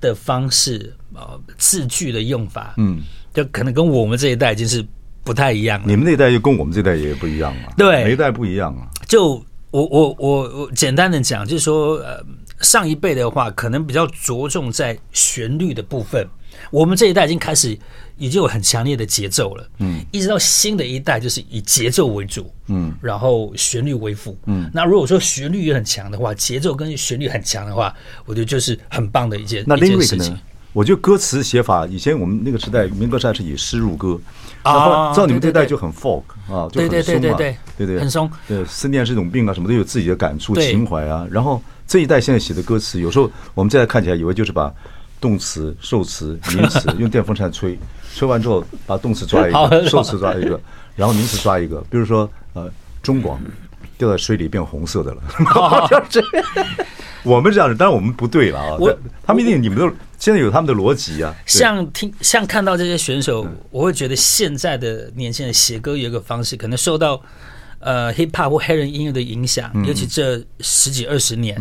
S2: 的方式，呃，字句的用法，
S1: 嗯，
S2: 就可能跟我们这一代已经是不太一样了
S1: 你。们那代就跟我们这代也不一样了，
S2: 对
S1: 每一代不一样啊。
S2: 就我我我我简单的讲，就是说，呃，上一辈的话，可能比较着重在旋律的部分。我们这一代已经开始已经有很强烈的节奏了，嗯，一直到新的一代就是以节奏为主，嗯，然后旋律为辅，嗯。那如果说旋律也很强的话，节奏跟旋律很强的话，我觉得就是很棒的一件
S1: 那
S2: 一件
S1: lyric
S2: 事情
S1: 呢。？我觉得歌词写法，以前我们那个时代民歌时代是以诗入歌，
S2: 啊
S1: 然后照你们这
S2: 对对
S1: 代
S2: 对
S1: 就很 folk 啊，就
S2: 对对
S1: 很松
S2: 对
S1: 嘛，
S2: 对
S1: 对
S2: 对
S1: 对，
S2: 很松
S1: 对，思念是一种病啊，什么都有自己的感触、
S2: 对
S1: 情怀啊。然后这一代现在写的歌词，有时候我们现在看起来以为就是把动词、受词、名词用电风扇吹， 吹完之后把动词抓一
S2: 好
S1: 个，受词抓一个，然后名词抓一个，比如说呃中广掉在水里变红色 的了， 好像是。我们这样子，当然我们不对了啊。
S2: 我
S1: 但他们一定，你们都现在有他们的逻辑啊。对嗯
S2: 像听像看到这些选手，我会觉得现在的年轻人写歌有一个方式，可能受到呃 hip hop 或黑人音乐的影响，
S1: 嗯
S2: 尤其这十几二十年，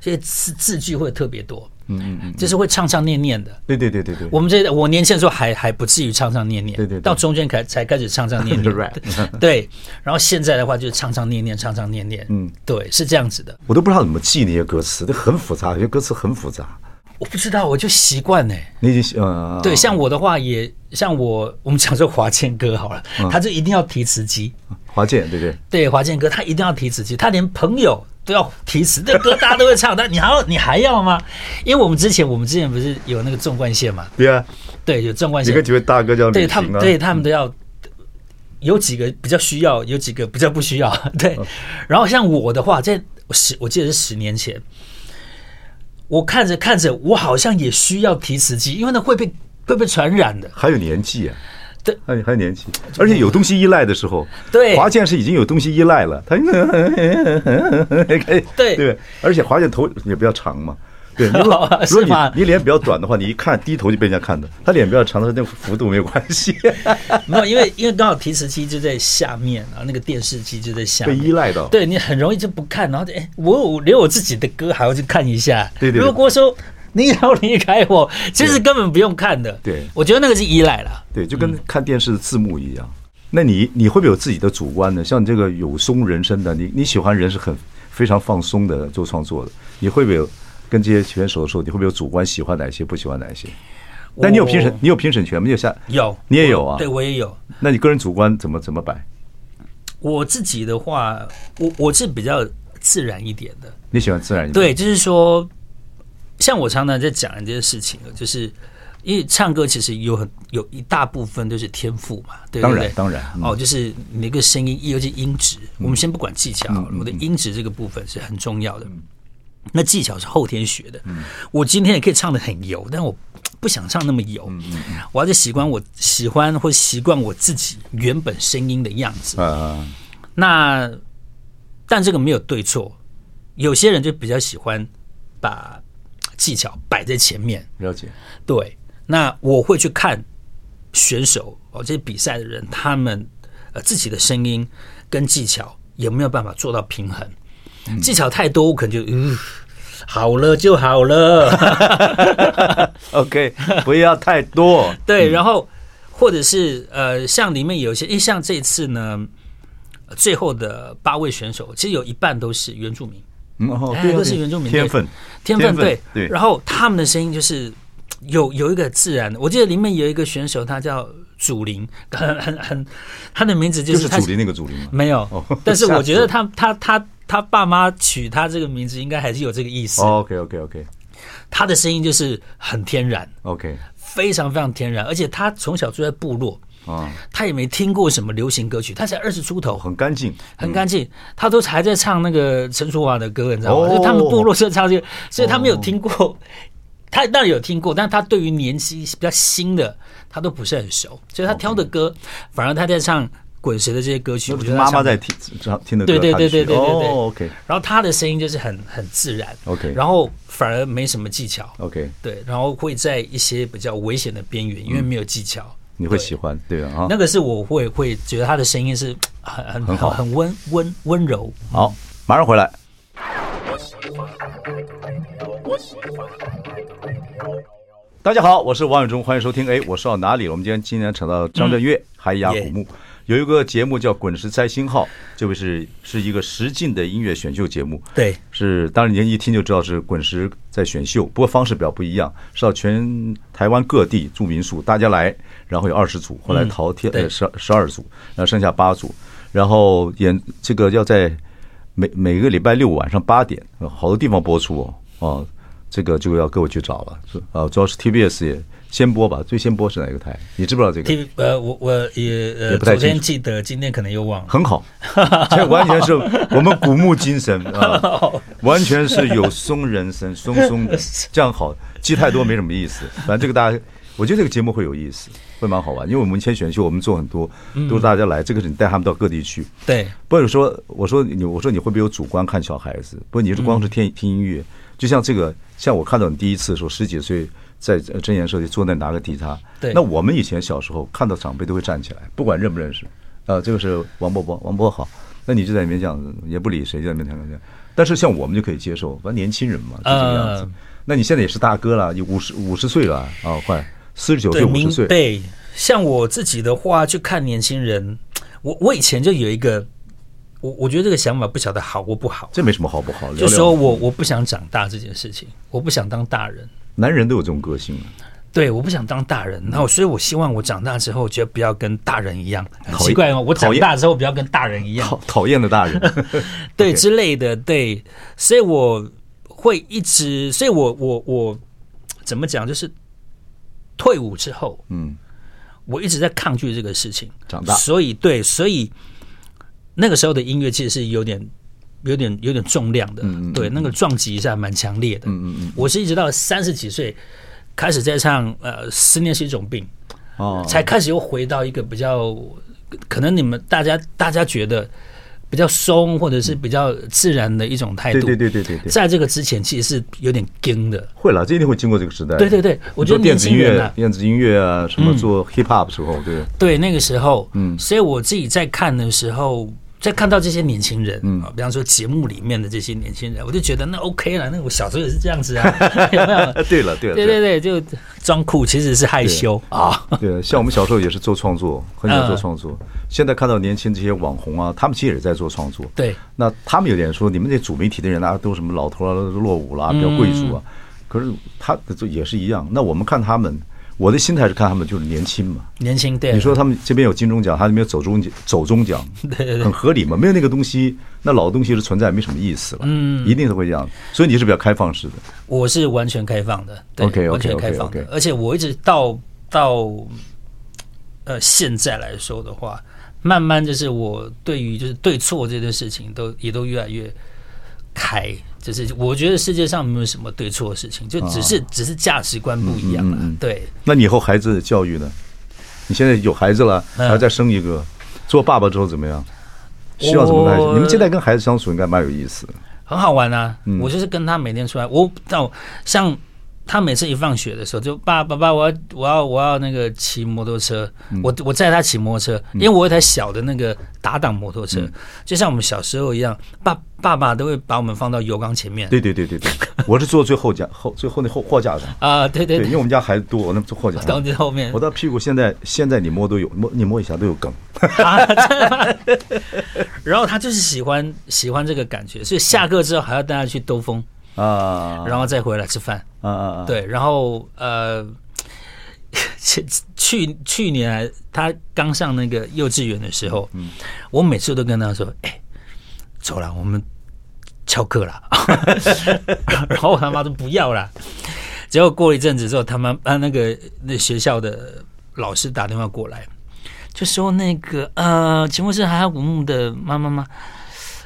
S2: 这些字字句会特别多，嗯嗯，就是会唱唱念念的。
S1: 对对对对对，
S2: 我们这一代我年轻的时候还还不至于唱唱念念，
S1: 对对对
S2: 到中间开才开始唱唱 念念
S1: Rap
S2: 对，然后现在的话就是唱唱念念，唱唱念念，嗯，对，是这样子的。
S1: 我都不知道怎么记那些歌词，这很复杂，有些歌词很复杂。
S2: 我不知道，我就习惯呢、
S1: 你已经呃，
S2: 对，像我的话也像我，我们讲说华健哥好了，
S1: 嗯
S2: 他就一定要提词机。
S1: 华健，对对，
S2: 对，华健哥他一定要提词机，他连朋友都要提词，这歌大家都会唱， 但你还要你还要吗？因为我们之前我们之前不是有那个纵贯线嘛，
S1: 对啊，
S2: 对，有纵贯
S1: 你
S2: 线
S1: 跟，几位大哥叫
S2: 对
S1: 旅
S2: 他
S1: 行
S2: 们
S1: 啊，
S2: 对他们都要。有几个比较需要，有几个比较不需要。 对，
S1: 嗯
S2: 然后像我的话，在十我记得是十年前，我看着看着，我好像也需要提词机，因为那会被会被传染的。
S1: 还有年纪啊。
S2: 对
S1: 还有还有年纪，而且有东西依赖的时候，
S2: 对
S1: 华健是已经有东西依赖了，他
S2: 对哦
S1: 对，而且华健头也比较长嘛，对， 你如果
S2: 是
S1: 如果
S2: 吗
S1: 你你脸比较短的话，你一看低头就被人家看的，他脸比较长，他那幅度没有关 系，
S2: 没有，因为因为刚好提词机就在下面啊，那个电视机就在下
S1: 被
S2: 面。
S1: 依赖到。
S2: 对你很容易就不看，然后就哎，我有连我自己的歌还要去看一下。
S1: 对对对
S2: 如果说你要离开我，其实根本不用看的。
S1: 对
S2: 我觉得那个是依赖了。
S1: 对，就跟看电视的字幕一样。那你你会不会有自己的主观呢？像你这个有松人生的，你你喜欢人是很非常放松的做创作的，你会不会有跟这些选手的时候，你会不会有主观喜欢哪些，不喜欢哪些？但你有评审
S2: 我，
S1: 你有评审权吗？你有下，
S2: 有，
S1: 你也有啊
S2: 我对我也有。
S1: 那你个人主观怎么怎么摆？
S2: 我自己的话，我我是比较自然一点的，
S1: 你喜欢自然一点？
S2: 对，就是说，像我常常在讲这些事情，就是因为唱歌其实有很有一大部分都是天赋嘛，对不
S1: 当然
S2: 对？
S1: 当然嗯
S2: 哦，就是你那个声音，尤其音质，我们先不管技巧
S1: 嗯
S2: 好了，我的音质这个部分是很重要的。那技巧是后天学的，
S1: 嗯
S2: 我今天也可以唱的很油，但我不想唱那么油，
S1: 嗯
S2: 我要是习惯我喜欢或习惯我自己原本声音的样子。
S1: 呃，
S2: 那但这个没有对错，有些人就比较喜欢把技巧摆在前面。
S1: 了解。
S2: 对，那我会去看选手哦，这些比赛的人，他们呃自己的声音跟技巧有没有办法做到平衡？技巧太多，我可能就、呃、好了就好了。
S1: OK，不要太多。
S2: 对，然后或者是呃，像里面有一些，诶像这一次呢，呃最后的八位选手，其实有一半都是原住民。
S1: 嗯，哦，
S2: 哎
S1: 对
S2: 都
S1: 对
S2: 是
S1: 对
S2: 原住民
S1: 天分，
S2: 天
S1: 天
S2: 分
S1: 分
S2: 对
S1: 对
S2: 然后他们的声音就是有有一个自然的，我记得里面有一个选手，他叫祖林， 很很很，他的名字就
S1: 就是是
S2: 他嗯
S1: 主力那个主力嘛。
S2: 没有，
S1: 哦
S2: 但是
S1: 吓
S2: 我
S1: 死
S2: 觉得
S1: 我
S2: 他他他他爸妈取他这个名字应该还是有这个意思，
S1: OK OK OK
S2: 他的声音就是很天然，
S1: OK
S2: 非常非常天然，而且他从小住在部落。
S1: 啊，
S2: 他也没听过什么流行歌曲，他才二十出头，
S1: 很干净。
S2: 很干净，他都还在唱那个陈淑桦的歌，你知道
S1: 哦
S2: 吗？就他们部落是唱这个，所以他没有听过，他当然有听过，但他对于年纪比较新的，他都不是很熟，所以他挑的歌，反而他在唱滚石的这些歌曲，
S1: 那
S2: 我
S1: 不
S2: 觉
S1: 是
S2: 得他
S1: 妈妈
S2: 唱
S1: 在
S2: 得
S1: 听听的歌，
S2: 对对对对对对对
S1: 哦，OK
S2: 然后他的声音就是很很自然
S1: OK 哦
S2: 然后反而没什么技巧，
S1: OK，
S2: 对，然后会在一些比较危险的边
S1: 嗯
S2: 缘，因为没有技巧，
S1: 你会
S2: 对
S1: 喜欢对啊
S2: 那。个是我会会觉得他的声音是很很
S1: 很好
S2: 很温温温柔，
S1: 好，马上回来。大家好，我是王永忠，欢迎收听。哎，我说到哪里了？我们今天今天请到张震岳，海雅古墓。有一个节目叫《滚石摘星号》，这位是是一个实境的音乐选秀节目，
S2: 对，
S1: 是当然您一听就知道是滚石在选秀，不过方式比较不一样，是到全台湾各地住民宿大家来，然后有二十组，后来淘天
S2: 对
S1: 呃十十二组，然后剩下八组，然后演这个要在每每个礼拜六晚上八点，呃好多地方播出哦，啊，这个就要各位去找了，是啊，主要是 TBS 也先播吧，最先播是哪个台？你知不知道这个？
S2: T 呃，我我也呃，
S1: 也不太
S2: 昨
S1: 清楚
S2: 天记得，今天可能又忘了。
S1: 很好，这完全是我们古墓精神啊，完全是有松人参，松松的，这样好，记太多没什么意思。反正这个大家，我觉得这个节目会有意思，会蛮好玩，因为我们以前选秀，我们做很多，都是大家来，这个是你带他们到各地去。
S2: 对，
S1: 不是说，我说你，我说你会不会有主观看小孩子？不，你是
S2: 嗯
S1: 光是听听音乐，就像这个，像我看到你第一次的时候，十几岁在呃真言社里坐那拿个吉他，
S2: 对
S1: 那我们以前小时候看到长辈都会站起来，不管认不认识，啊，这个是王伯伯，王伯伯好，那你就在里面这样子，也不理谁，就在里面弹钢琴。但是像我们就可以接受，反正年轻人嘛，就这个样子
S2: 嗯。
S1: 那你现在也是大哥了，你五十五十岁了啊，快四十九岁
S2: 对，
S1: 五
S2: 明
S1: 十岁，
S2: 对，像我自己的话，去看年轻人，我我以前就有一个，我我觉得这个想法不晓得好或不好，
S1: 这没什么好不好。
S2: 就
S1: 聊
S2: 说
S1: 聊，
S2: 我我不想长大这件事情，我不想当大人，
S1: 男人都有这种个性啊。
S2: 对，我不想当大人，然后所以我希望我长大之后，觉得不要跟大人一样，很
S1: 讨厌
S2: 奇怪哦，我
S1: 讨
S2: 长
S1: 厌
S2: 大之后不要跟大人一样，
S1: 讨讨厌的大人，
S2: 对
S1: OK
S2: 之类的，对，所以我会一直，所以我我我怎么讲，就是退伍之后，
S1: 嗯，
S2: 我一直在抗拒这个事情，
S1: 长大
S2: 所以对，所以那个时候的音乐其实是有点。有点有点重量的，
S1: 嗯嗯嗯
S2: 对，那个撞击一下蛮强烈的。
S1: 嗯嗯嗯
S2: 我是一直到三十几岁开始在唱，呃，思念是一种病，
S1: 哦，
S2: 才开始又回到一个比较，可能你们大家大家觉得比较松或者是比较自然的一种态度。
S1: 对对对对对对
S2: 在这个之前，其实是有点僵的。
S1: 会了，这一定会经过这个时代。
S2: 对对对我觉得
S1: 你做电子音
S2: 年轻人
S1: 乐
S2: 啊、嗯
S1: 电子音乐啊，什么做 hip hop 的时候，对，
S2: 对，那个时候，
S1: 嗯
S2: 所以我自己在看的时候，在看到这些年轻人，嗯，比方说节目里面的这些年轻人，我就觉得那 OK 了，那我小时候也是这样 子啊，有没有？
S1: 哎，对了对了
S2: 对对对，就装酷其实是害羞啊，
S1: 对，像我们小时候也是做创 作，很想做
S2: 嗯
S1: 创作。现在看到年轻这些网红啊，他们其实也在做创作。
S2: 对
S1: 那他们有点说，你们这主媒体的人啊，都什么
S2: 嗯
S1: 老头啊、落伍啦、比较贵族啊，可是他这也是一样。那我们看他们，我的心态是看他们就是年轻嘛。
S2: 年轻对，
S1: 你说他们这边有金钟奖，他那边有走中奖走中 奖，很合理嘛？没有那个东西，那老东西是存在，没什么意思了。嗯，一定是会这样。所以你是比较开放式的。
S2: 我是完全开放的，对
S1: OK，OK，OK，OK
S2: 完全开放的而且我一直到到呃现在来说的话，慢慢就是我对于就是对错这件事情都也都越来越开，就是我觉得世界上没有什么对错的事情，就只是、只是价值观不一样了，啊对。
S1: 那你以后孩子的教育呢？你现在有孩子了，还
S2: 嗯
S1: 要再生一个，做爸爸之后怎么样？需要怎么来？
S2: 我
S1: 你们这代跟孩子相处应该蛮有意思的。
S2: 很好玩啊！
S1: 嗯
S2: 我就是跟他每天出来，我到像他每次一放学的时候，就爸爸爸，我要我要我要那个骑摩托车，
S1: 嗯
S2: 我我载他骑摩托车，因为我有一台小的那个打档摩托车，
S1: 嗯
S2: 就像我们小时候一样，爸爸爸都会把我们放到油缸前面。
S1: 对对对对对，我是坐最后架后最后那后货架上。
S2: 啊，对对
S1: 对，因
S2: 对，
S1: 为我们家孩子多，我那坐后架
S2: 到
S1: 上。
S2: 你后面
S1: 我到屁股现在现在你摸都有摸你摸一下都有梗。
S2: 啊，真的吗然后他就是喜欢喜欢这个感觉，所以下课之后还要带他去兜风，
S1: 啊，
S2: 然后再回来吃饭。
S1: 啊啊啊！
S2: 对，然后呃， 去去去年还他刚上那个幼稚园的时候，我每次都跟他说：“哎、走了，我们翘课了。” 然后我他妈都不要了。结果过一阵子之后，他妈啊那个那学校的老师打电话过来，就说那个呃，请问是海海古墓的妈妈吗？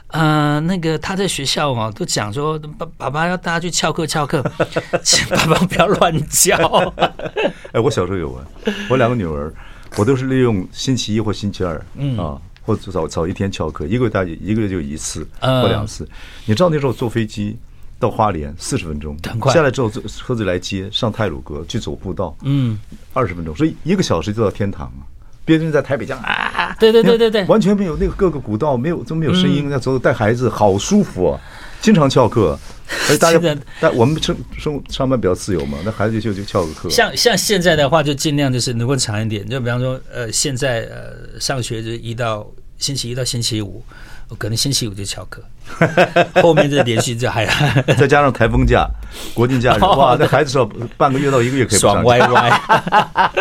S2: 呃，那个他在学校哦，都讲说爸爸爸要大家去翘课翘课， 请爸爸不要乱教。
S1: 哎，我小时候有啊，我两个女儿，我都是利用星期一或星期二，
S2: 嗯
S1: 啊，或者早早一天翘课，一个月大一个月就一次
S2: 嗯
S1: 或两次。你知道那时候坐飞机到花莲四十分钟
S2: 很，快
S1: 下来之后坐车子来接，上泰鲁阁去走步道，
S2: 嗯，
S1: 二十分钟，所以一个小时就到天堂了。别人在台北这样啊，
S2: 对对对对嗯对，
S1: 完全没有那个各个古道没有都没有声音，那走走带孩子好舒服、啊，经常翘 课。而且大
S2: 是
S1: 家
S2: 的，
S1: 但我们生生上班比较自由嘛，那孩子就就翘个课。
S2: 像像现在的话，就尽量就是能够长一点。就比方说，呃，现在呃上学就是一到星期一到星期五，我可能星期五就翘课， 后面就连续就还
S1: 再加上台风假、国庆假日，
S2: 哦
S1: 哇，那孩子少半个月到一个月可以不
S2: 爽
S1: 上
S2: 歪
S1: 课。
S2: 歪。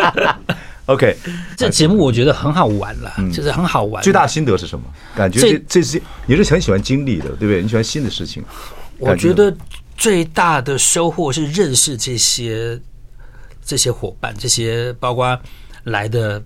S1: OK，
S2: 这节目我觉得很好玩了，就是很好玩。
S1: 最大心得是什么？感觉
S2: 最
S1: 这这是你是很喜欢经历的，对不对？你喜欢新的事情。
S2: 我
S1: 感
S2: 觉得最大的收获是认识这些这些伙伴，这些包括来的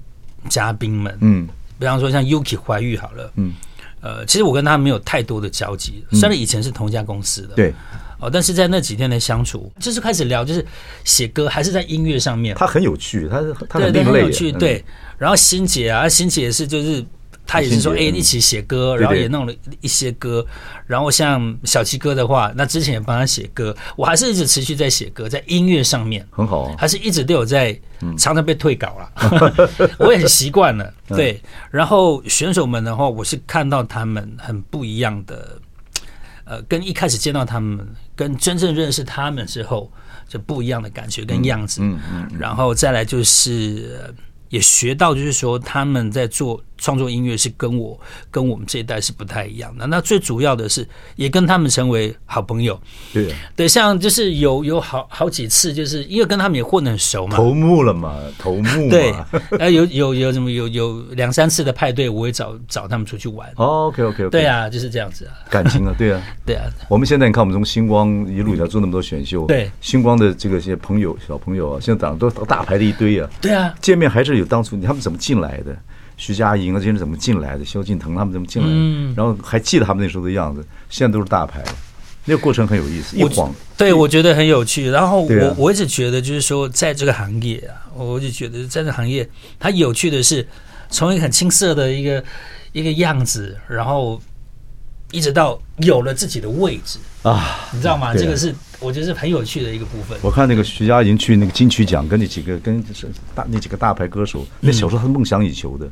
S2: 嘉宾们。
S1: 嗯
S2: 比方说像 Yuki 怀玉好了，
S1: 嗯，
S2: 呃，其实我跟他没有太多的交集，虽然以前是同一家公司的，
S1: 对
S2: 哦，但是在那几天的相处，就是开始聊，就是写歌还是在音乐上面，
S1: 他很有趣，他他
S2: 对
S1: 很
S2: 对，
S1: 另
S2: 很
S1: 类，
S2: 有趣，
S1: 嗯
S2: 对。然后欣姐啊，欣姐也是就是。她也是说，哎、
S1: 欣姐嗯
S2: 一起写歌，
S1: 对
S2: 然后
S1: 对
S2: 也弄了一些歌，然后像小七哥的话，那之前也帮他写歌，我还是一直持续在写歌，在音乐上面，
S1: 很好啊。
S2: 还是一直都有在，常常被退 稿了，我也很习惯了。
S1: 嗯
S2: 对，然后选手们的话，我是看到他们很不一样的，呃，跟一开始见到他们，跟真正认识他们之后，就不一样的感觉跟样子。
S1: 嗯嗯
S2: 然后再来就是。呃也学到，就是说他们在做创作音乐是跟我跟我们这一代是不太一样的。那最主要的是，也跟他们成为好朋友。
S1: 对，啊
S2: 对，像就是有有好好几次，就是因为跟他们也混得很熟嘛。
S1: 头啊目了嘛，头目
S2: 对
S1: 嘛。，
S2: 呃，有有有什么有有两三次的派对，我会找找他们出去玩。
S1: OK OK OK，
S2: 对，啊，就是这样子啊，
S1: 哦感情啊，对啊。
S2: 对啊，
S1: 我们现在你看，我们从星光一路以来做那么多选秀，
S2: 对
S1: 星光的这个些朋友小朋友啊，现在长得都大牌的一堆啊，
S2: 对啊，
S1: 见面还是有当初他们怎么进来的，徐佳莹啊这些人怎么进来的，萧敬腾他们怎么进来的，
S2: 嗯
S1: 然后还记得他们那时候的样子，现在都是大牌了，那个过程很有意思，一
S2: 我
S1: 晃
S2: 对我觉得很有趣。然后
S1: 对
S2: 我、
S1: 啊
S2: 我一直觉得就是说，在这个行业啊，我就觉得在这个行业，它有趣的是从一个很青涩的一个一个样子，然后一直到有了自己的位置，
S1: 啊，
S2: 你知道吗？
S1: 对啊
S2: 这个是我觉得是很有趣的一个部分。
S1: 我看那个徐佳莹去那个金曲奖，跟那几个跟是大那几个大牌歌手，那小时候他梦想以求的。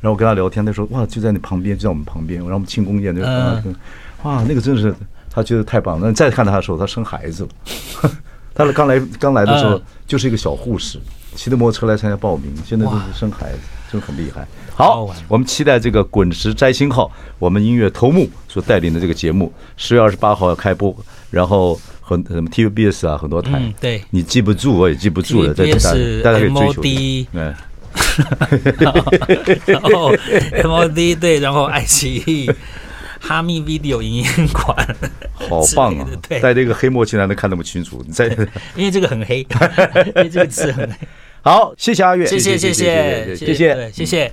S1: 然后我跟他聊天，他说：“哇，就在你旁边，就在我们旁边。”然后我们庆功宴就，
S2: 嗯
S1: 哇，那个真是他觉得太棒了。 那你再看他的时候，他生孩子了。他刚来刚来的时候
S2: 嗯
S1: 就是一个小护士，骑着摩托车来参加报名，现在都
S2: 哇
S1: 是生孩子，真很厉害。
S2: 好
S1: 好
S2: 玩，
S1: 我们期待这个滚石摘星号，我们音乐头目所带领的这个节目，十月二十八号要开播，然后很什么 TVBS 啊，很多台，
S2: 嗯对
S1: 你记不住我也记不住了，大家
S2: TVBS
S1: 大家可以追求
S2: MOD
S1: 的，嗯，
S2: 然后 MOD 对，然后爱奇艺、哈密 Video 影音馆，
S1: 好棒啊
S2: 之类的！对
S1: 戴这个黑墨镜还能看那么清楚，你 在
S2: 因为这个很黑，因为这个字很黑。
S1: 好，谢谢阿月，
S2: 谢谢谢谢
S1: 谢谢
S2: 对谢谢。